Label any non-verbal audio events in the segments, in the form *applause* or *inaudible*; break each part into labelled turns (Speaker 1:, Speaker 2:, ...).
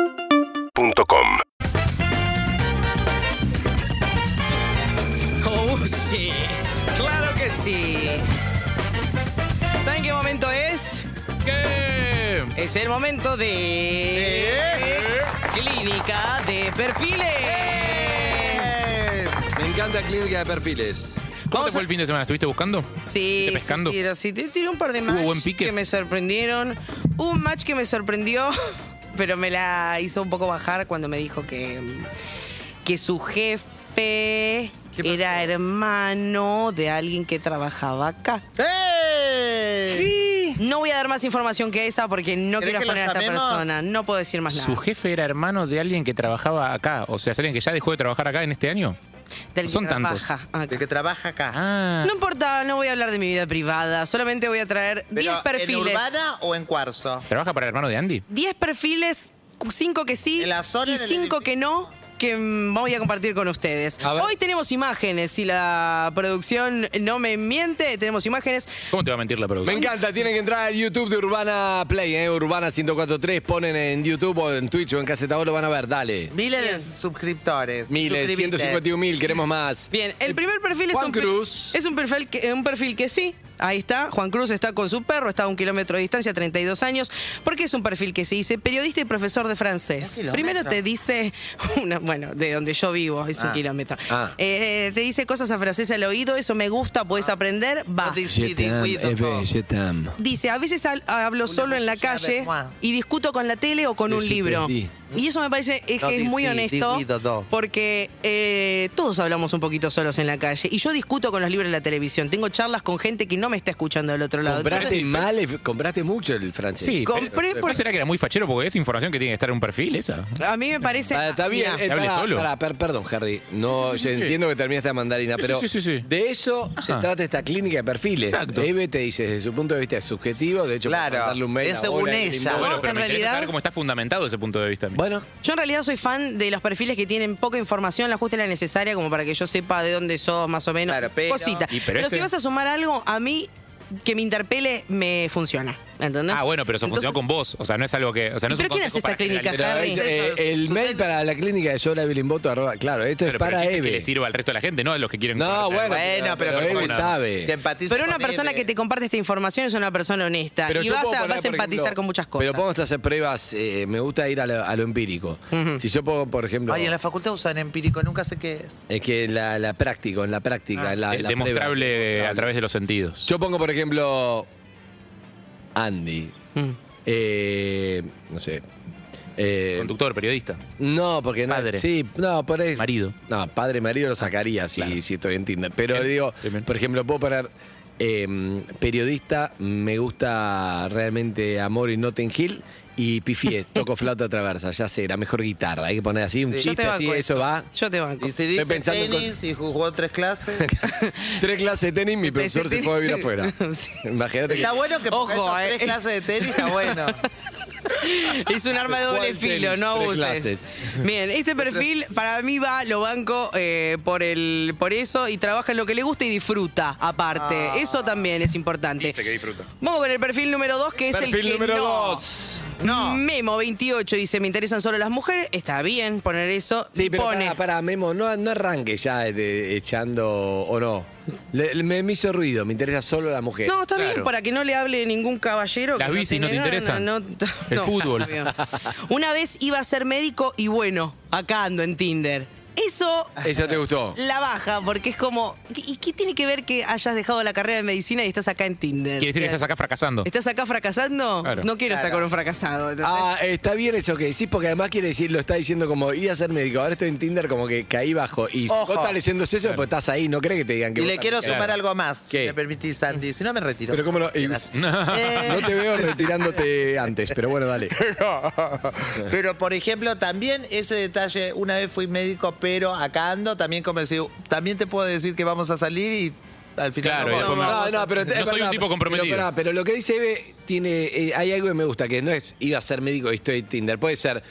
Speaker 1: UrbanaPlayFM.com
Speaker 2: Oh, sí. Claro que sí. ¿Saben qué momento es?
Speaker 3: ¿Qué?
Speaker 2: Es el momento de.
Speaker 3: Eh,
Speaker 2: Clínica de perfiles.
Speaker 4: Me encanta Clínica de
Speaker 3: Eh.
Speaker 4: Perfiles.
Speaker 3: ¿Cómo te
Speaker 2: Vamos
Speaker 3: fue
Speaker 2: a-
Speaker 3: el fin de semana? ¿Estuviste buscando?
Speaker 2: Sí,
Speaker 3: ¿Te pescando?
Speaker 2: sí, tiro, sí, te- tiré un par de
Speaker 3: Hubo
Speaker 2: matches
Speaker 3: buen pique.
Speaker 2: que me sorprendieron. Un match que me sorprendió, *laughs* pero me la hizo un poco bajar cuando me dijo que, mm, que su jefe
Speaker 4: ¿Qué pasó?
Speaker 2: era hermano de alguien que trabajaba acá. No voy a dar más información que esa porque no
Speaker 5: ¿Querés
Speaker 2: quiero
Speaker 5: que
Speaker 2: exponer
Speaker 5: la
Speaker 2: a esta
Speaker 5: llamemos?
Speaker 2: persona. No puedo decir más nada.
Speaker 3: Su jefe era hermano de alguien que trabajaba acá. O sea, ¿es alguien que ya dejó de trabajar acá en este año?
Speaker 2: Del que
Speaker 3: son tantos.
Speaker 2: trabaja acá.
Speaker 5: El que trabaja acá.
Speaker 3: Ah.
Speaker 2: No importa, no voy a hablar de mi vida privada. Solamente voy a traer 10
Speaker 5: Pero, ¿En
Speaker 2: perfiles.
Speaker 5: urbana o en cuarzo?
Speaker 3: ¿Trabaja para el hermano de Andy?
Speaker 2: 10 perfiles, 5 que sí
Speaker 5: En la zona,
Speaker 2: y
Speaker 5: en el
Speaker 2: 5
Speaker 5: edificio.
Speaker 2: que no, que mm, voy a compartir con ustedes.
Speaker 4: A ver.
Speaker 2: Hoy tenemos imágenes, si la producción no me miente, tenemos imágenes.
Speaker 3: ¿Cómo te va a mentir la
Speaker 4: Me
Speaker 3: producción?
Speaker 4: encanta, tienen que entrar al YouTube de Urbana Play, ¿eh? Urbana 1043, ponen en YouTube o en Twitch o en Casetador, lo van a ver, dale.
Speaker 5: Miles de suscriptores.
Speaker 4: Miles,
Speaker 5: Suscribite.
Speaker 4: 151 mil, queremos más. Eh,
Speaker 2: Bien, el primer perfil es
Speaker 4: Juan
Speaker 2: un per-
Speaker 4: Cruz.
Speaker 2: Es un perfil, que, un perfil que sí. Ahí está, Juan Cruz está con su perro, está a un kilómetro de distancia, 32 años, porque es un perfil que se dice periodista y profesor de
Speaker 5: ¿Un
Speaker 2: francés.
Speaker 5: kilómetro?
Speaker 2: Primero te dice, *laughs* una- bueno, de donde yo vivo, es un
Speaker 5: Ah.
Speaker 2: kilómetro.
Speaker 4: Ah.
Speaker 2: Eh, te dice cosas a francés al oído, eso me gusta, puedes aprender, va.
Speaker 5: Ah. No te inciden,
Speaker 4: eh,
Speaker 5: cuido, no.
Speaker 2: Dice, a veces hal- hablo solo en la
Speaker 5: botella de
Speaker 2: calle
Speaker 5: moi.
Speaker 2: y discuto con la tele o con
Speaker 4: Le
Speaker 2: un libro.
Speaker 4: superdi.
Speaker 2: Y eso me parece es,
Speaker 5: No,
Speaker 2: que es
Speaker 5: di
Speaker 2: muy
Speaker 5: sí, di
Speaker 2: honesto
Speaker 5: guido, do.
Speaker 2: porque eh, todos hablamos un poquito solos en la calle. Y yo discuto con los libros de la televisión. Tengo charlas con gente que no me está escuchando del otro lado.
Speaker 4: Compraste
Speaker 2: Entonces,
Speaker 4: mal, eh, compraste mucho el francés.
Speaker 3: Sí.
Speaker 2: compré
Speaker 3: ¿Pero
Speaker 2: por...
Speaker 3: será que era muy fachero? Porque es información que tiene que estar en un perfil esa.
Speaker 2: A mí me parece...
Speaker 4: Ah, está bien.
Speaker 2: Mirá,
Speaker 4: eh,
Speaker 3: Que hable
Speaker 4: pará,
Speaker 3: solo.
Speaker 4: pará, per- perdón, Harry. No, yo entiendo que terminaste la mandarina,
Speaker 3: Sí,
Speaker 4: pero
Speaker 3: sí, sí, sí.
Speaker 4: de eso se
Speaker 3: Ajá.
Speaker 4: trata esta clínica de perfiles.
Speaker 3: Exacto.
Speaker 4: Eve te dice desde su punto de vista subjetivo, de hecho,
Speaker 5: Claro,
Speaker 4: para mandarle un mail ahora,
Speaker 5: es según
Speaker 4: el
Speaker 5: ella.
Speaker 4: lindo-
Speaker 2: Bueno,
Speaker 3: pero
Speaker 2: en
Speaker 3: me interesa
Speaker 2: realidad-
Speaker 3: saber cómo está fundamentado ese punto de vista. a mí.
Speaker 4: Bueno,
Speaker 2: Yo en realidad soy fan de los perfiles que tienen poca información, la justa y la necesaria, como para que yo sepa de dónde sos más o menos.
Speaker 5: Claro, pero-
Speaker 2: Cosita.
Speaker 3: Y pero
Speaker 2: pero
Speaker 3: este-
Speaker 2: si vas a sumar algo, a mí que me interpele me funciona. ¿Entendés?
Speaker 3: Ah, bueno, pero eso
Speaker 2: Entonces-
Speaker 3: funcionó con vos. O sea, no es algo que. O sea, no
Speaker 2: ¿Pero
Speaker 3: es un
Speaker 2: quién hace
Speaker 3: consejo
Speaker 2: esta
Speaker 3: para
Speaker 2: clínica,
Speaker 3: generalizar.
Speaker 2: Harry?
Speaker 4: Pero, es, eh,
Speaker 5: Eso,
Speaker 4: el
Speaker 5: su-
Speaker 4: mail para la clínica de Yola Bilimboto, arroba, claro, esto
Speaker 3: Pero,
Speaker 4: es
Speaker 3: pero
Speaker 4: para
Speaker 3: existe que
Speaker 4: Eve.
Speaker 3: le sirva al resto de la gente, no a los que quieren. Eh,
Speaker 4: No,
Speaker 3: conocer.
Speaker 4: bueno,
Speaker 5: Bueno, pero,
Speaker 4: Pero él
Speaker 5: como-
Speaker 4: sabe.
Speaker 5: Te empatizo
Speaker 2: Pero una
Speaker 5: con
Speaker 2: persona
Speaker 5: él,
Speaker 2: que te comparte esta información es una persona honesta
Speaker 4: Pero
Speaker 2: y
Speaker 4: yo
Speaker 2: vas
Speaker 4: puedo
Speaker 2: a,
Speaker 4: poner,
Speaker 2: vas a
Speaker 4: por
Speaker 2: empatizar
Speaker 4: ejemplo,
Speaker 2: con muchas cosas.
Speaker 4: Pero podemos hacer pruebas, eh, me gusta ir a lo, a lo empírico. Si yo puedo, por ejemplo,
Speaker 5: Ay, en la facultad usan empírico, nunca sé qué es.
Speaker 4: es que la, la práctica, en la
Speaker 2: Ah.
Speaker 4: práctica, la,
Speaker 3: Eh,
Speaker 4: la
Speaker 3: demostrable
Speaker 4: prueba.
Speaker 3: a través de los sentidos.
Speaker 4: Yo pongo, por ejemplo, Andy.
Speaker 2: Mm.
Speaker 4: Eh, no sé. Eh,
Speaker 3: Conductor, periodista.
Speaker 4: no, porque no.
Speaker 3: Padre.
Speaker 4: Sí, no, por ahí.
Speaker 3: Marido.
Speaker 4: No, padre, marido lo sacaría si, si estoy en Tinder. Pero
Speaker 3: Bien,
Speaker 4: digo,
Speaker 3: bien, bien.
Speaker 4: por ejemplo, puedo poner eh, periodista, me gusta realmente Amor y Notting Hill. Y
Speaker 2: *laughs*
Speaker 4: pifié, toco flauta traversa, ya sé, la mejor guitarra. Hay que poner así un
Speaker 2: Yo
Speaker 4: chiste,
Speaker 2: te banco
Speaker 4: así, eso va.
Speaker 2: Yo te banco.
Speaker 5: Y se
Speaker 4: Estoy
Speaker 5: dice
Speaker 4: pensando en
Speaker 5: tenis y jugó tres clases.
Speaker 4: *laughs* Tres clases de tenis, mi
Speaker 2: Ese
Speaker 4: profesor se
Speaker 2: tenis.
Speaker 4: fue a vivir afuera.
Speaker 2: *laughs* Sí.
Speaker 4: Imagínate que
Speaker 5: está bueno que
Speaker 2: Ojo,
Speaker 5: esos
Speaker 2: eh.
Speaker 5: tres clases de tenis, está bueno.
Speaker 2: Es un arma de
Speaker 4: ¿Cuál
Speaker 2: doble filo,
Speaker 4: tenis?
Speaker 2: no
Speaker 4: Tres
Speaker 2: abuses.
Speaker 4: clases.
Speaker 2: *laughs* Bien, este perfil para mí va, lo banco eh, por el, por eso y trabaja en lo que le gusta y disfruta aparte.
Speaker 4: Ah.
Speaker 2: Eso también es importante.
Speaker 3: que disfruta.
Speaker 2: Vamos con el perfil número 2, que es el
Speaker 4: Perfil
Speaker 2: que
Speaker 4: número
Speaker 2: no.
Speaker 4: dos.
Speaker 5: No.
Speaker 2: Memo 28 dice, me interesan solo las mujeres. Está bien poner eso.
Speaker 4: Sí,
Speaker 2: Y
Speaker 4: pero
Speaker 2: pone,
Speaker 4: para, Memo, no, no arranque ya de- de- echando o no. Le- le- me, me hizo ruido, me interesa solo la mujer.
Speaker 2: No, está
Speaker 3: Eh, Claro.
Speaker 2: bien, para que no le hable ningún caballero.
Speaker 3: Las
Speaker 2: que
Speaker 3: bicis no
Speaker 2: tiene
Speaker 3: te interesan.
Speaker 2: *laughs*
Speaker 3: El fútbol.
Speaker 2: obvio. Una vez iba a ser médico y bueno, acá ando en Tinder. Eso
Speaker 4: ¿Eso te gustó?
Speaker 2: *laughs* la baja, porque es como. ¿Y qué tiene que ver que hayas dejado la carrera de medicina y estás acá en Tinder?
Speaker 3: Quiere decir que estás acá fracasando.
Speaker 2: ¿Estás acá fracasando?
Speaker 3: Claro.
Speaker 2: No quiero estar con un fracasado. ¿entendés?
Speaker 4: Ah, está bien eso que decís, porque además quiere decir, lo está diciendo como ir a ser médico. Ahora estoy en Tinder como que caí bajo. Y
Speaker 5: Ojo.
Speaker 4: vos estás leyendo eso, pues estás ahí, no crees que te digan *laughs* que.
Speaker 5: Y
Speaker 4: vos
Speaker 5: le
Speaker 4: estás-
Speaker 5: quiero sumar
Speaker 3: Claro.
Speaker 5: algo más, si
Speaker 4: ¿Qué?
Speaker 5: me permitís, Sandy. Si no, me retiro.
Speaker 4: Pero cómo no. y-
Speaker 5: Eh,
Speaker 4: *laughs* No te veo retirándote antes, pero
Speaker 2: *laughs*
Speaker 4: bueno, dale.
Speaker 5: Pero, por ejemplo, también ese detalle, una vez fui médico, pero acá ando, también como decir, también te puedo decir que vamos a salir y al final
Speaker 3: Claro,
Speaker 5: no
Speaker 3: y
Speaker 5: vamos.
Speaker 3: después
Speaker 5: No,
Speaker 4: No,
Speaker 3: vamos
Speaker 5: no,
Speaker 4: no, pero
Speaker 3: No soy un tipo comprometido.
Speaker 4: Pero, pará, pero lo que dice Eve tiene, eh, hay algo que me gusta, que no es iba a ser médico y estoy en Tinder. Puede ser,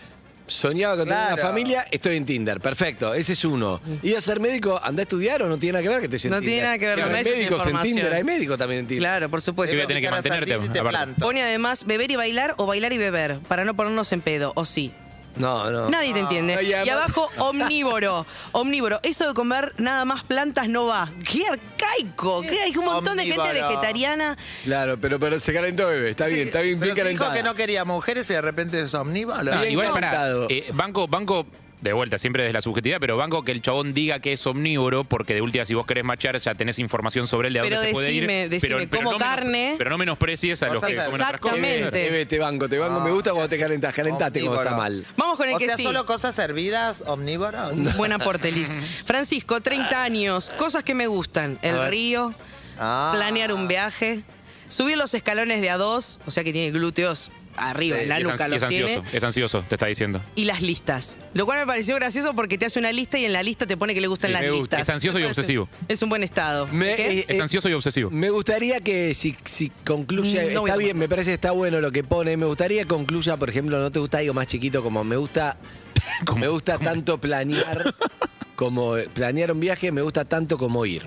Speaker 4: Soñaba con tener una
Speaker 5: Claro.
Speaker 4: familia, estoy en Tinder. Perfecto, ese es uno. ¿Y a ser médico? ¿Anda a estudiar o no tiene nada que ver que te
Speaker 2: No tiene nada que ver, no me
Speaker 4: Hay
Speaker 2: des esa
Speaker 4: médicos en
Speaker 2: información.
Speaker 4: Tinder, hay médicos también en Tinder.
Speaker 2: Claro, por supuesto.
Speaker 3: Te voy a tener que
Speaker 5: Buscar a
Speaker 3: mantenerte,
Speaker 5: Sandini y te
Speaker 3: aparte.
Speaker 5: planto.
Speaker 2: Pone además beber y bailar o bailar y beber, para no ponernos en pedo, o sí.
Speaker 4: No, no.
Speaker 2: Nadie te entiende.
Speaker 4: Ah, No, y
Speaker 2: Y,
Speaker 4: además-
Speaker 2: abajo, omnívoro. Omnívoro. Eso de comer nada más plantas no va. ¡Qué arcaico! ¿Qué? Hay un montón de gente
Speaker 5: Omnívoro.
Speaker 2: vegetariana.
Speaker 4: Claro, pero, pero se calentó, bebé. Está bien, está bien,
Speaker 5: Pero
Speaker 4: bien
Speaker 5: se dijo
Speaker 4: calentada.
Speaker 5: que no quería mujeres y de repente es omnívoro.
Speaker 3: No,
Speaker 4: Bien
Speaker 3: Ah, igual para
Speaker 4: contado.
Speaker 3: banco, banco, de vuelta, siempre desde la subjetividad, pero banco que el chabón diga que es omnívoro, porque de última, si vos querés machar, ya tenés información sobre él de a dónde
Speaker 2: Pero
Speaker 3: se puede ir.
Speaker 2: decime, decime, como
Speaker 3: menos-
Speaker 2: carne.
Speaker 3: pero no menosprecies a los que comen otras cosas.
Speaker 2: Exactamente.
Speaker 4: Bebé, Eh, te banco, te banco. me gusta cuando te calentás. Calentate cuando está mal.
Speaker 2: Vamos con el
Speaker 5: o
Speaker 2: que
Speaker 5: sea,
Speaker 2: sí.
Speaker 5: solo cosas hervidas,
Speaker 2: *laughs*
Speaker 5: omnívoro.
Speaker 2: Buen aporte, Liz. Francisco, 30 años. Cosas que me gustan. El río,
Speaker 5: Ah.
Speaker 2: planear un viaje, subir los escalones de a dos, o sea que tiene glúteos arriba, en la
Speaker 3: Eh, Es
Speaker 2: nuca
Speaker 3: ans- es
Speaker 2: los tiene.
Speaker 3: ansioso, es ansioso, te está diciendo.
Speaker 2: Y las listas. Lo cual me pareció gracioso porque te hace una lista y en la lista te pone que le gustan
Speaker 4: Sí,
Speaker 2: las
Speaker 4: me gusta.
Speaker 2: listas.
Speaker 3: Es ansioso y obsesivo.
Speaker 2: Es un buen estado.
Speaker 4: Me-
Speaker 2: ¿Qué?
Speaker 4: eh,
Speaker 3: Es ansioso y obsesivo.
Speaker 4: Me gustaría que si, si concluya,
Speaker 2: Mm, no voy
Speaker 4: está
Speaker 2: a
Speaker 4: bien, me parece que está bueno lo que pone. Me gustaría que concluya, por ejemplo, no te gusta algo más chiquito como me gusta, *laughs* me gusta tanto planear como eh, planear un viaje, me gusta tanto como ir.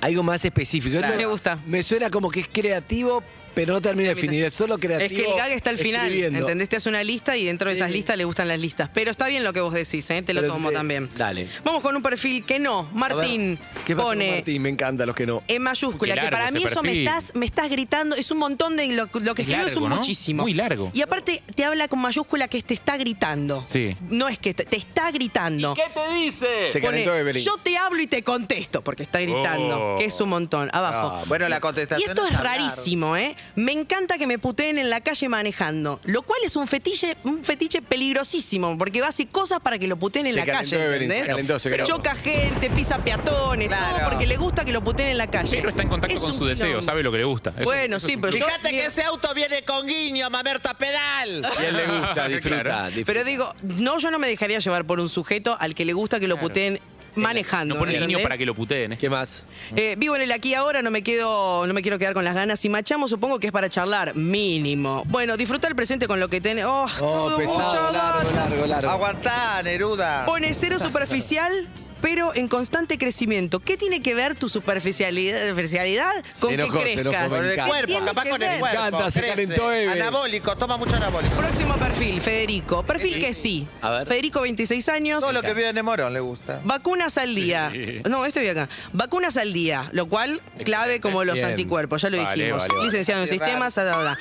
Speaker 4: Algo más específico.
Speaker 2: Claro.
Speaker 4: Esto
Speaker 2: Me gusta.
Speaker 4: Me suena como que es creativo, pero no termina de definir, es solo
Speaker 2: Es
Speaker 4: creativo.
Speaker 2: que el gag está al final,
Speaker 4: escribiendo.
Speaker 2: ¿entendés? Te hace una lista y dentro de esas
Speaker 4: Sí.
Speaker 2: listas le gustan las listas. Pero está bien lo que vos decís, ¿eh? te lo
Speaker 4: Pero,
Speaker 2: tomo
Speaker 4: eh,
Speaker 2: también.
Speaker 4: dale.
Speaker 2: Vamos con un perfil que no.
Speaker 4: A ver,
Speaker 2: Martín
Speaker 4: ¿Qué pasa con
Speaker 2: pone
Speaker 4: Martín? Me encanta los que no.
Speaker 2: en mayúscula,
Speaker 3: Qué
Speaker 2: que para
Speaker 3: largo
Speaker 2: mí
Speaker 3: ese
Speaker 2: eso me
Speaker 3: perfil.
Speaker 2: estás, me estás gritando, es un montón de lo, lo que
Speaker 3: Es
Speaker 2: escribió es
Speaker 3: largo,
Speaker 2: un
Speaker 3: ¿no?
Speaker 2: muchísimo.
Speaker 3: Muy largo.
Speaker 2: Y aparte te habla con mayúscula que te está gritando.
Speaker 3: Sí.
Speaker 2: No es que te, te está gritando.
Speaker 4: Se
Speaker 2: Eh, Pone,
Speaker 4: calentó Evelyn.
Speaker 2: yo te hablo y te contesto, porque está gritando,
Speaker 3: Oh.
Speaker 2: que es un montón. Abajo.
Speaker 4: Ah,
Speaker 5: Bueno, la
Speaker 2: Y
Speaker 5: contestación.
Speaker 2: esto es
Speaker 5: hablar.
Speaker 2: rarísimo, ¿eh? Me encanta que me puteen en la calle manejando, lo cual es un fetiche, un fetiche peligrosísimo, porque va a hacer cosas para que lo puteen en
Speaker 4: Se
Speaker 2: la
Speaker 4: calentó,
Speaker 2: calle,
Speaker 4: Evelyn, se
Speaker 2: ¿entendés?
Speaker 4: calentó, se calentó.
Speaker 2: Choca gente, pisa peatones, todo
Speaker 5: Claro.
Speaker 2: porque le gusta que lo puteen en la calle.
Speaker 3: Pero está en contacto
Speaker 2: Es
Speaker 3: con
Speaker 2: un
Speaker 3: su deseo,
Speaker 2: quilombo.
Speaker 3: sabe lo que le gusta. Eso-
Speaker 2: Bueno,
Speaker 3: eso
Speaker 2: sí,
Speaker 3: es un
Speaker 2: pero yo-
Speaker 5: Fíjate que ese auto viene con guiño, mamerto a
Speaker 2: *laughs*
Speaker 5: pedal.
Speaker 4: Y a él le gusta, disfruta.
Speaker 3: Claro.
Speaker 4: disfruta.
Speaker 2: Pero digo, no, yo no me dejaría llevar por un sujeto al que le gusta que lo puteen manejando.
Speaker 3: No pone el niño
Speaker 2: ¿entendés?
Speaker 3: para que lo puteen. es que-
Speaker 4: ¿Qué más?
Speaker 2: Eh, vivo en el aquí y ahora, no me quedo, no me quiero quedar con las ganas. Si machamos, supongo que es para charlar, mínimo. Bueno, disfrutar el presente con lo que tenés. Oh,
Speaker 4: Oh,
Speaker 2: todo
Speaker 4: pesado,
Speaker 2: mucho
Speaker 4: largo,
Speaker 2: gato.
Speaker 4: largo, largo.
Speaker 5: Aguantá, Neruda.
Speaker 2: Pone cero superficial, pero en constante crecimiento. ¿Qué tiene que ver tu superficialidad, superficialidad con
Speaker 4: Se enojó,
Speaker 2: que
Speaker 4: se enojó,
Speaker 2: crezcas?
Speaker 4: me
Speaker 5: Con el
Speaker 4: encanta.
Speaker 2: ¿Qué
Speaker 5: cuerpo,
Speaker 2: tiene
Speaker 5: capaz
Speaker 2: que
Speaker 5: con el
Speaker 2: ver?
Speaker 5: cuerpo.
Speaker 4: Me encanta, se
Speaker 5: crece.
Speaker 4: calentó,
Speaker 2: eh.
Speaker 4: Eve.
Speaker 5: Anabólico, toma mucho anabólico.
Speaker 2: Próximo perfil, Federico. Perfil que sí.
Speaker 4: A ver.
Speaker 2: Federico, 26 años.
Speaker 5: Todo lo que vive de Morón le gusta.
Speaker 2: Vacunas al día.
Speaker 3: Sí.
Speaker 2: No, este vi acá. Vacunas al día, lo cual clave como los
Speaker 4: Bien.
Speaker 2: anticuerpos, ya lo
Speaker 3: Vale,
Speaker 2: dijimos.
Speaker 3: vale, vale.
Speaker 2: Licenciado en
Speaker 5: Así es
Speaker 2: sistemas, bla, bla, bla.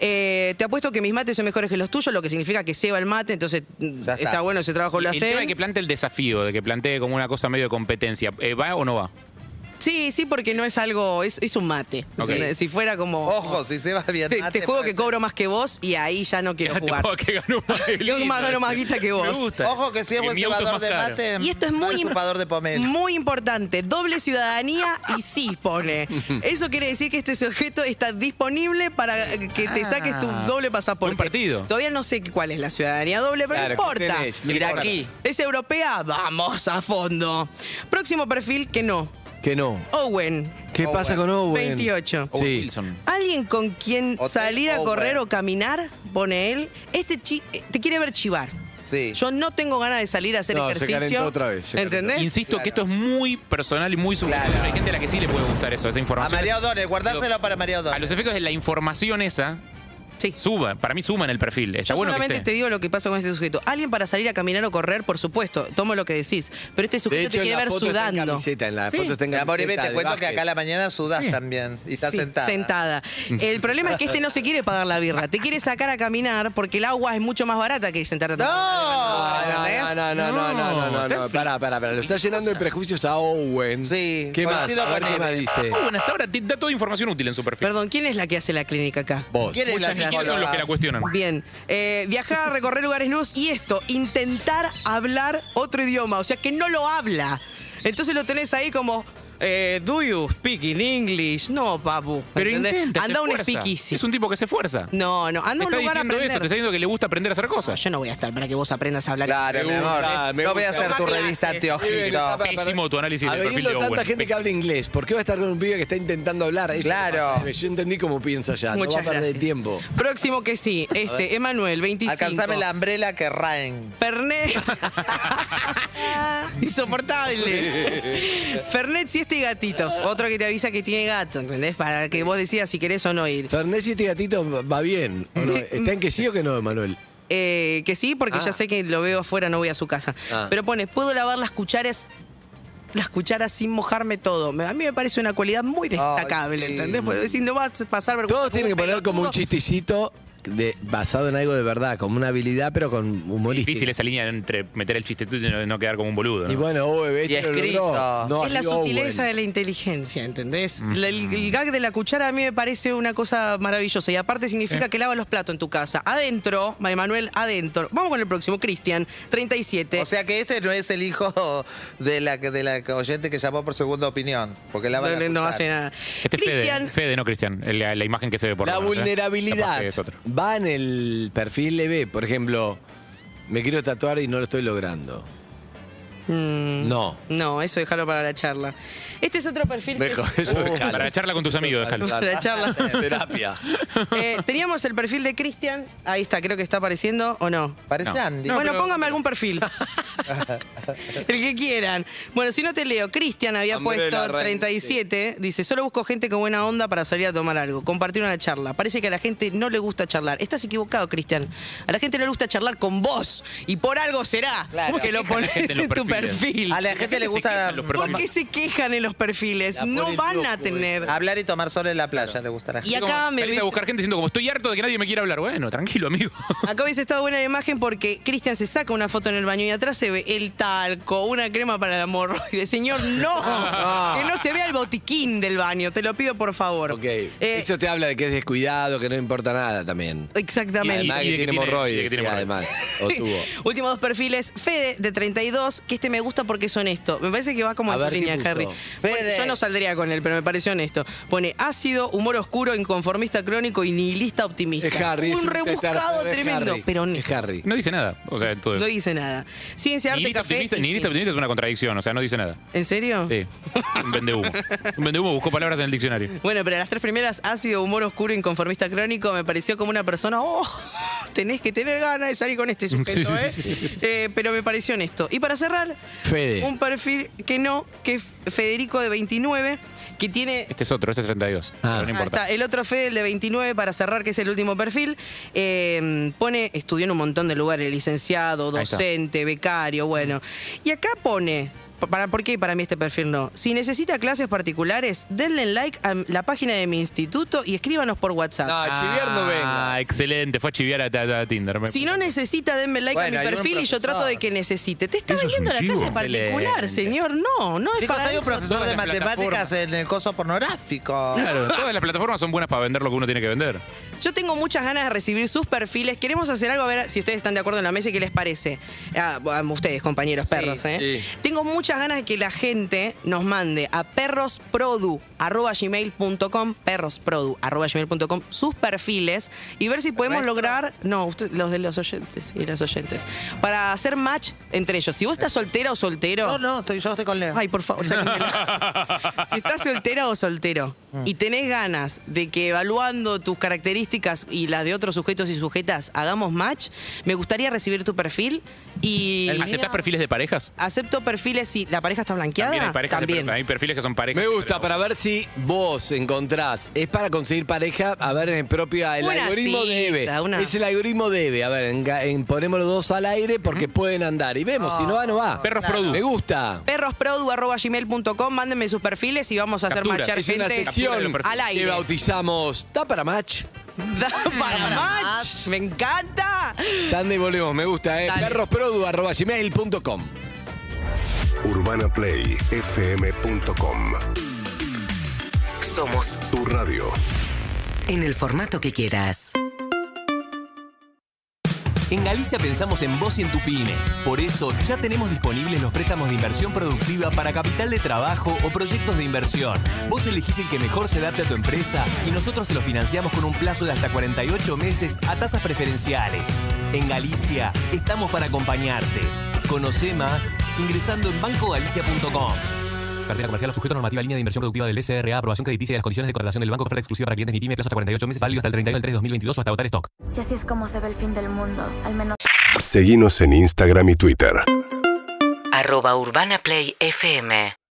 Speaker 2: Eh, te apuesto que mis mates son mejores que los tuyos, lo que significa que Seba el mate, entonces mm, está.
Speaker 5: está.
Speaker 2: bueno ese trabajo lo
Speaker 3: El tema
Speaker 2: hace.
Speaker 3: de que plante el desafío, de que plantee como una cosa medio de competencia. Eh, ¿Va o no va?
Speaker 2: Sí, sí, porque no es algo, es, es un mate.
Speaker 3: Ok.
Speaker 2: ¿Entendés? Si fuera como.
Speaker 5: Ojo, si se va bien.
Speaker 2: te,
Speaker 5: mate,
Speaker 2: te juego
Speaker 5: puede
Speaker 2: que
Speaker 5: ser.
Speaker 2: cobro más que vos y ahí ya no quiero
Speaker 3: *laughs* Te
Speaker 2: jugar.
Speaker 3: puedo
Speaker 2: *laughs*
Speaker 3: que ganó más guita,
Speaker 2: Yo más gano más guita que
Speaker 3: Me
Speaker 2: vos.
Speaker 3: gusta.
Speaker 5: Ojo que si es
Speaker 3: Eh,
Speaker 5: buen
Speaker 3: mi auto
Speaker 5: cebador
Speaker 3: más
Speaker 5: de
Speaker 3: caro.
Speaker 5: mate.
Speaker 2: Y esto es
Speaker 5: no
Speaker 2: muy, im-
Speaker 5: chupador de pomelo.
Speaker 2: muy importante. Doble ciudadanía y sí pone. Eso quiere decir que este sujeto está disponible para que te saques tu
Speaker 4: Ah.
Speaker 2: doble pasaporte.
Speaker 3: Buen partido.
Speaker 2: Todavía no sé cuál es la ciudadanía doble, pero
Speaker 4: Claro,
Speaker 2: no importa.
Speaker 4: ¿qué tenés?
Speaker 5: Iraquí.
Speaker 2: ¿Es europea? Vamos a fondo. Próximo perfil que no.
Speaker 4: Que no.
Speaker 2: Owen,
Speaker 4: ¿Qué
Speaker 5: Owen.
Speaker 4: pasa con Owen?
Speaker 2: 28.
Speaker 3: Owen
Speaker 4: Sí.
Speaker 3: Wilson.
Speaker 2: ¿Alguien con quien
Speaker 5: Hotel
Speaker 2: salir a
Speaker 5: Owen.
Speaker 2: correr o caminar? Pone él. Este chi- te quiere ver chivar.
Speaker 5: Sí.
Speaker 2: Yo no tengo ganas de salir a hacer
Speaker 4: No, se
Speaker 2: ejercicio.
Speaker 4: calentó otra vez, se calentó.
Speaker 2: ¿Entendés?
Speaker 3: Insisto que esto es muy personal y muy subjetivo.
Speaker 5: Claro.
Speaker 3: Hay gente a la que sí le puede gustar eso, esa
Speaker 5: A
Speaker 3: información.
Speaker 5: María O'Donnell, guardárselo para María
Speaker 3: A los
Speaker 5: O'Donnell.
Speaker 3: efectos de la información esa,
Speaker 2: Sí.
Speaker 3: suba. Para mí suma en el perfil. Está
Speaker 2: Yo
Speaker 3: bueno que
Speaker 2: solamente
Speaker 3: esté.
Speaker 2: te digo lo que pasa con este sujeto. Alguien para salir a caminar o correr, por supuesto, tomo lo que decís. Pero este
Speaker 4: De
Speaker 2: sujeto
Speaker 4: hecho,
Speaker 2: te
Speaker 4: en
Speaker 2: quiere
Speaker 4: la
Speaker 2: ver
Speaker 4: foto está en
Speaker 2: sudando.
Speaker 4: camiseta, en la foto está en
Speaker 5: Mi amor, Eve,
Speaker 4: camiseta
Speaker 5: te
Speaker 4: de
Speaker 5: cuento que
Speaker 4: básquet.
Speaker 5: acá a la mañana sudás
Speaker 3: Sí.
Speaker 5: también. Y estás
Speaker 2: Sí,
Speaker 5: sentada.
Speaker 2: sentada. El problema es que este no se quiere pagar la birra. Te quiere sacar a caminar porque el agua es mucho más barata que sentarte a tomar una
Speaker 4: No,
Speaker 5: ¡No!
Speaker 2: banana, ¿entendés?
Speaker 4: no, no, no, no, no, no, no,
Speaker 3: Está
Speaker 4: no, pará, pará, pará. Lo está llenando de prejuicios a Owen.
Speaker 5: Sí,
Speaker 4: ¿Qué más?
Speaker 5: coincido
Speaker 4: A ver,
Speaker 5: con
Speaker 4: ¿Qué
Speaker 5: él.
Speaker 4: más dice?
Speaker 3: Ah, bueno, hasta ahora te da toda información útil en su perfil.
Speaker 2: Perdón, ¿quién es la que hace la clínica acá?
Speaker 4: Vos.
Speaker 5: ¿Quién es la
Speaker 2: Muchas
Speaker 3: ¿Y ¿Quiénes
Speaker 5: psicóloga?
Speaker 3: son los que la cuestionan?
Speaker 2: Bien, Eh, viajar, recorrer lugares nuevos y esto, intentar hablar otro idioma, o sea que no lo habla. Entonces lo tenés ahí como, eh, do you speak in English? No, papu.
Speaker 3: Pero
Speaker 2: ¿entendés?
Speaker 3: intenta, se
Speaker 2: Anda a un
Speaker 3: esfuerza.
Speaker 2: speakeasy.
Speaker 3: Es un tipo que se esfuerza.
Speaker 2: No, no, anda
Speaker 3: te
Speaker 2: a un
Speaker 3: está
Speaker 2: lugar a
Speaker 3: diciendo
Speaker 2: aprender.
Speaker 3: eso, te está diciendo que le gusta aprender a hacer
Speaker 2: No,
Speaker 3: cosas.
Speaker 2: yo no voy a estar para que vos aprendas a hablar.
Speaker 5: Claro, mi amor.
Speaker 4: gusta, me
Speaker 5: no voy a
Speaker 4: gusta.
Speaker 5: hacer tu
Speaker 2: Toma
Speaker 5: revista
Speaker 2: clases.
Speaker 5: anteojito.
Speaker 3: Pésimo tu análisis del perfil
Speaker 4: Habiendo
Speaker 3: de Owen,
Speaker 4: tanta gente que
Speaker 3: pésimo.
Speaker 4: habla inglés, ¿por qué va a estar con un pibe que está intentando hablar? Eso es lo que
Speaker 5: Claro.
Speaker 4: pasa. eh, Yo entendí cómo piensa ya, no va
Speaker 2: Muchas
Speaker 4: a perder
Speaker 2: gracias.
Speaker 4: tiempo.
Speaker 2: Próximo que sí, este, Emanuel, 25.
Speaker 5: Alcanzame la umbrella que raen.
Speaker 2: Fernet. Insoportable. Fernet, siesta y gatitos. Otro que te avisa que tiene gato, ¿entendés? Para que vos decidas si querés o no ir.
Speaker 4: Fernández y este gatito va bien. ¿o no? ¿Está en que sí o que no, Emanuel?
Speaker 2: Eh, que sí, porque
Speaker 4: Ah.
Speaker 2: ya sé que lo veo afuera, no voy a su casa.
Speaker 4: Ah.
Speaker 2: Pero pone, puedo lavar las cucharas. Las cucharas sin mojarme todo. Me- A mí me parece una cualidad muy destacable,
Speaker 5: sí.
Speaker 2: ¿entendés? Porque decir, no vas a pasar vergüenza.
Speaker 4: Todos tienen que poner como un
Speaker 2: pelotudo.
Speaker 4: chistecito de, basado en algo de verdad, como una habilidad, pero con humorística.
Speaker 3: Difícil esa línea entre meter el chiste tuyo y no- no quedar como un boludo. ¿no?
Speaker 4: Y bueno, Owen,
Speaker 5: Y
Speaker 4: este lo
Speaker 5: escrito.
Speaker 4: logró. No, oh, ha
Speaker 2: es la
Speaker 4: sido
Speaker 2: sutileza
Speaker 4: Owen.
Speaker 2: de la inteligencia, ¿entendés? La- el, el gag de la cuchara a mí me parece una cosa maravillosa. Y aparte
Speaker 4: Eh.
Speaker 2: significa que lava los platos en tu casa. Adentro, Manuel, adentro. Vamos con el próximo, Cristian, 37.
Speaker 5: O sea que este no es el hijo de la, que- de la que- oyente que llamó por segunda opinión. Porque la
Speaker 2: no,
Speaker 5: van a
Speaker 2: no- no
Speaker 5: acusar.
Speaker 2: hace nada.
Speaker 3: Este es Fede,
Speaker 2: Cristian,
Speaker 3: Fede, no Cristian, la, la imagen que se ve por
Speaker 4: La
Speaker 3: lo menos, ¿eh? Capaz
Speaker 4: vulnerabilidad
Speaker 3: que es otro.
Speaker 4: va en el perfil leve. Por ejemplo, me quiero tatuar y no lo estoy logrando.
Speaker 2: Mm.
Speaker 4: No.
Speaker 2: No, eso déjalo para la charla. Este es otro perfil. que
Speaker 4: Mejor,
Speaker 2: es-
Speaker 4: *laughs* eso dejalo.
Speaker 3: Para la charla con tus amigos, déjalo.
Speaker 4: Para
Speaker 2: La charla.
Speaker 4: *laughs* Terapia.
Speaker 2: Eh, teníamos el perfil de Cristian. Ahí está, creo que está apareciendo o no.
Speaker 5: Parece
Speaker 3: No.
Speaker 5: Andy.
Speaker 2: bueno, póngame algún perfil. el que quieran. Bueno, si no te leo, Cristian había
Speaker 4: Amor de la
Speaker 2: puesto
Speaker 4: reina,
Speaker 2: 37. Dice, solo busco gente con buena onda para salir a tomar algo, compartir una charla. Parece que a la gente no le gusta charlar. Estás equivocado, Cristian. A la gente no le gusta charlar con vos. Y por algo será
Speaker 5: Claro.
Speaker 2: que lo
Speaker 3: ¿Cómo se queja
Speaker 2: pones
Speaker 3: la gente en los
Speaker 2: en tu
Speaker 3: perfiles?
Speaker 2: perfil.
Speaker 5: A la gente le gusta
Speaker 3: quejan los
Speaker 2: ¿Por
Speaker 3: perfiles?
Speaker 2: qué se quejan en los perfiles?
Speaker 4: La
Speaker 2: No
Speaker 4: ponen
Speaker 2: van a
Speaker 4: loco,
Speaker 2: tener...
Speaker 5: pues, eh, hablar y tomar sol en la playa. Le gustará.
Speaker 2: Y acá me
Speaker 3: Salís a
Speaker 2: dice-
Speaker 3: buscar gente diciendo como estoy harto de que nadie me quiera hablar. Bueno, tranquilo, amigo. *laughs*
Speaker 2: Acá hubiese estado buena la imagen porque Cristian se saca una foto en el baño y atrás se ve el talco, una crema para la *laughs* hemorroide. Señor, no. que no se vea el botiquín del baño. Te lo pido, por favor.
Speaker 4: Ah. Ok.
Speaker 2: Eh,
Speaker 4: Eso te habla de que es descuidado, que no importa nada también.
Speaker 2: Exactamente.
Speaker 4: Además
Speaker 3: Y- y
Speaker 4: que
Speaker 3: de que
Speaker 4: tiene
Speaker 3: tiene-
Speaker 4: hemorroides,
Speaker 3: y de que tiene
Speaker 4: sí, además.
Speaker 3: hemorroides.
Speaker 2: *laughs*
Speaker 4: O tuvo.
Speaker 2: Últimos dos perfiles. Fede, de 32, que este me gusta porque es honesto. Me parece que va como
Speaker 4: A
Speaker 2: en tu
Speaker 4: ver, ¿qué
Speaker 2: línea,
Speaker 4: puso?
Speaker 2: Harry.
Speaker 5: Fede.
Speaker 2: Bueno, yo no saldría con él, pero me pareció honesto. Pone ácido, humor oscuro, inconformista crónico y nihilista optimista.
Speaker 4: Es Harry. es
Speaker 2: Un rebuscado
Speaker 4: es Harry.
Speaker 2: tremendo, pero
Speaker 4: Es
Speaker 2: honesto.
Speaker 4: Harry.
Speaker 3: No dice nada. O sea, todo.
Speaker 2: No dice nada. Ciencia, arte,
Speaker 3: Nihilista
Speaker 2: café.
Speaker 3: optimista,
Speaker 2: y cine.
Speaker 3: nihilista optimista es una contradicción, o sea, no dice nada.
Speaker 2: ¿En serio?
Speaker 3: Sí. Un vendehumo. Un vendehumo buscó palabras en el diccionario.
Speaker 2: Bueno, pero las tres primeras, ácido, humor oscuro, inconformista crónico, me pareció como una persona, oh, tenés que tener ganas de salir con este sujeto,
Speaker 3: Sí, sí,
Speaker 2: ¿eh?
Speaker 3: sí, sí, sí, sí.
Speaker 2: Eh, Pero me pareció honesto. Y para cerrar,
Speaker 4: Fede.
Speaker 2: un perfil que no, que es Federico de 29, que tiene...
Speaker 3: Este es otro, este es 32.
Speaker 4: Ah.
Speaker 3: pero no
Speaker 2: Ah,
Speaker 3: importa.
Speaker 2: está, el otro Fede, el de 29, para cerrar, que es el último perfil, eh, pone, estudió en un montón de lugares, licenciado,
Speaker 3: Ahí está.
Speaker 2: docente, becario, bueno.
Speaker 5: Mm.
Speaker 2: Y acá pone, para, ¿por qué para mí este perfil no? Si necesita clases particulares, denle like a la página de mi instituto y escríbanos por WhatsApp.
Speaker 4: No, a chiviar no venga.
Speaker 3: Ah, excelente. Fue a chiviar a, a- a Tinder. Me-
Speaker 2: Si no necesita, denme like
Speaker 5: Bueno,
Speaker 2: a
Speaker 5: hay
Speaker 2: mi
Speaker 5: un
Speaker 2: perfil y yo
Speaker 5: profesor.
Speaker 2: trato de que necesite. Te está
Speaker 3: Eso es
Speaker 2: vendiendo
Speaker 3: un
Speaker 2: la
Speaker 3: chivo.
Speaker 2: clase particular,
Speaker 3: Excelente.
Speaker 2: señor. No, no es
Speaker 5: Chicos,
Speaker 2: para
Speaker 5: hay un
Speaker 2: eso.
Speaker 5: profesor
Speaker 3: Todas
Speaker 5: de
Speaker 3: las
Speaker 5: matemáticas
Speaker 3: plataformas.
Speaker 5: en el coso pornográfico.
Speaker 3: Claro, todas las plataformas son buenas para vender lo que uno tiene que vender.
Speaker 2: Yo tengo muchas ganas de recibir sus perfiles. Queremos hacer algo, a ver si ustedes están de acuerdo en la mesa y qué les parece. Ah, a ustedes, compañeros perros. ¿eh?
Speaker 4: sí.
Speaker 2: Tengo muchas ganas de que la gente nos mande a perrosprodu.gmail.com perrosprodu.gmail.com sus perfiles y ver si podemos lograr, no, usted- los de los oyentes y las oyentes, para hacer match entre ellos. Si vos estás soltera o soltero...
Speaker 5: No, no, estoy, yo estoy con Leo.
Speaker 2: Ay, por favor,
Speaker 3: *laughs*
Speaker 2: sáquenmela. Si estás soltera o soltero
Speaker 3: Mm.
Speaker 2: y tenés ganas de que evaluando tus características y las de otros sujetos y sujetas hagamos match, me gustaría recibir tu perfil y.
Speaker 3: ¿Aceptás perfiles de parejas?
Speaker 2: Acepto perfiles si la pareja está blanqueada.
Speaker 3: También hay parejas. de-
Speaker 2: También.
Speaker 3: hay perfiles que son parejas.
Speaker 4: Me gusta, para ver si vos encontrás. Es para conseguir pareja, a ver, en propia. El
Speaker 2: Una
Speaker 4: algoritmo
Speaker 2: cita,
Speaker 4: debe.
Speaker 2: una-
Speaker 4: Es el algoritmo debe. A ver, enga- en- ponemos los dos al aire porque pueden andar. Y vemos, si no va, no va.
Speaker 3: Perros Produ.
Speaker 4: Me gusta.
Speaker 2: Perrosprodu.gmail.com, mándenme sus perfiles y vamos a hacer
Speaker 3: Capturas.
Speaker 2: marchar
Speaker 4: Es una
Speaker 2: gente
Speaker 3: Captura
Speaker 4: sección
Speaker 3: los
Speaker 2: al
Speaker 3: perfiles.
Speaker 4: que
Speaker 2: aire.
Speaker 4: bautizamos. ¿Está para match?
Speaker 2: *laughs* Da para match. Me encanta.
Speaker 4: Tan de volvemos, me gusta, eh.
Speaker 2: Dale.
Speaker 4: Perrosprodu.gmail.com
Speaker 1: UrbanaPlayFM.com Somos tu radio.
Speaker 6: En el formato que quieras. En Galicia pensamos en vos y en tu pyme. Por eso ya tenemos disponibles los préstamos de inversión productiva para capital de trabajo o proyectos de inversión. Vos elegís el que mejor se adapte a tu empresa y nosotros te lo financiamos con un plazo de hasta 48 meses a tasas preferenciales. En Galicia estamos para acompañarte. Conoce más ingresando en bancogalicia.com.
Speaker 7: Cartera comercial sujeto a normativa línea de inversión productiva del SRA, aprobación crediticia y las condiciones de contratación del banco, oferta exclusiva para clientes MIPYME, plazo E hasta 48 meses, válido hasta el 31 del 3 de 2022 o hasta agotar stock.
Speaker 8: Si así es como se ve el fin del mundo, al menos...
Speaker 1: Seguimos en Instagram y Twitter.
Speaker 9: arroba Urbana Play FM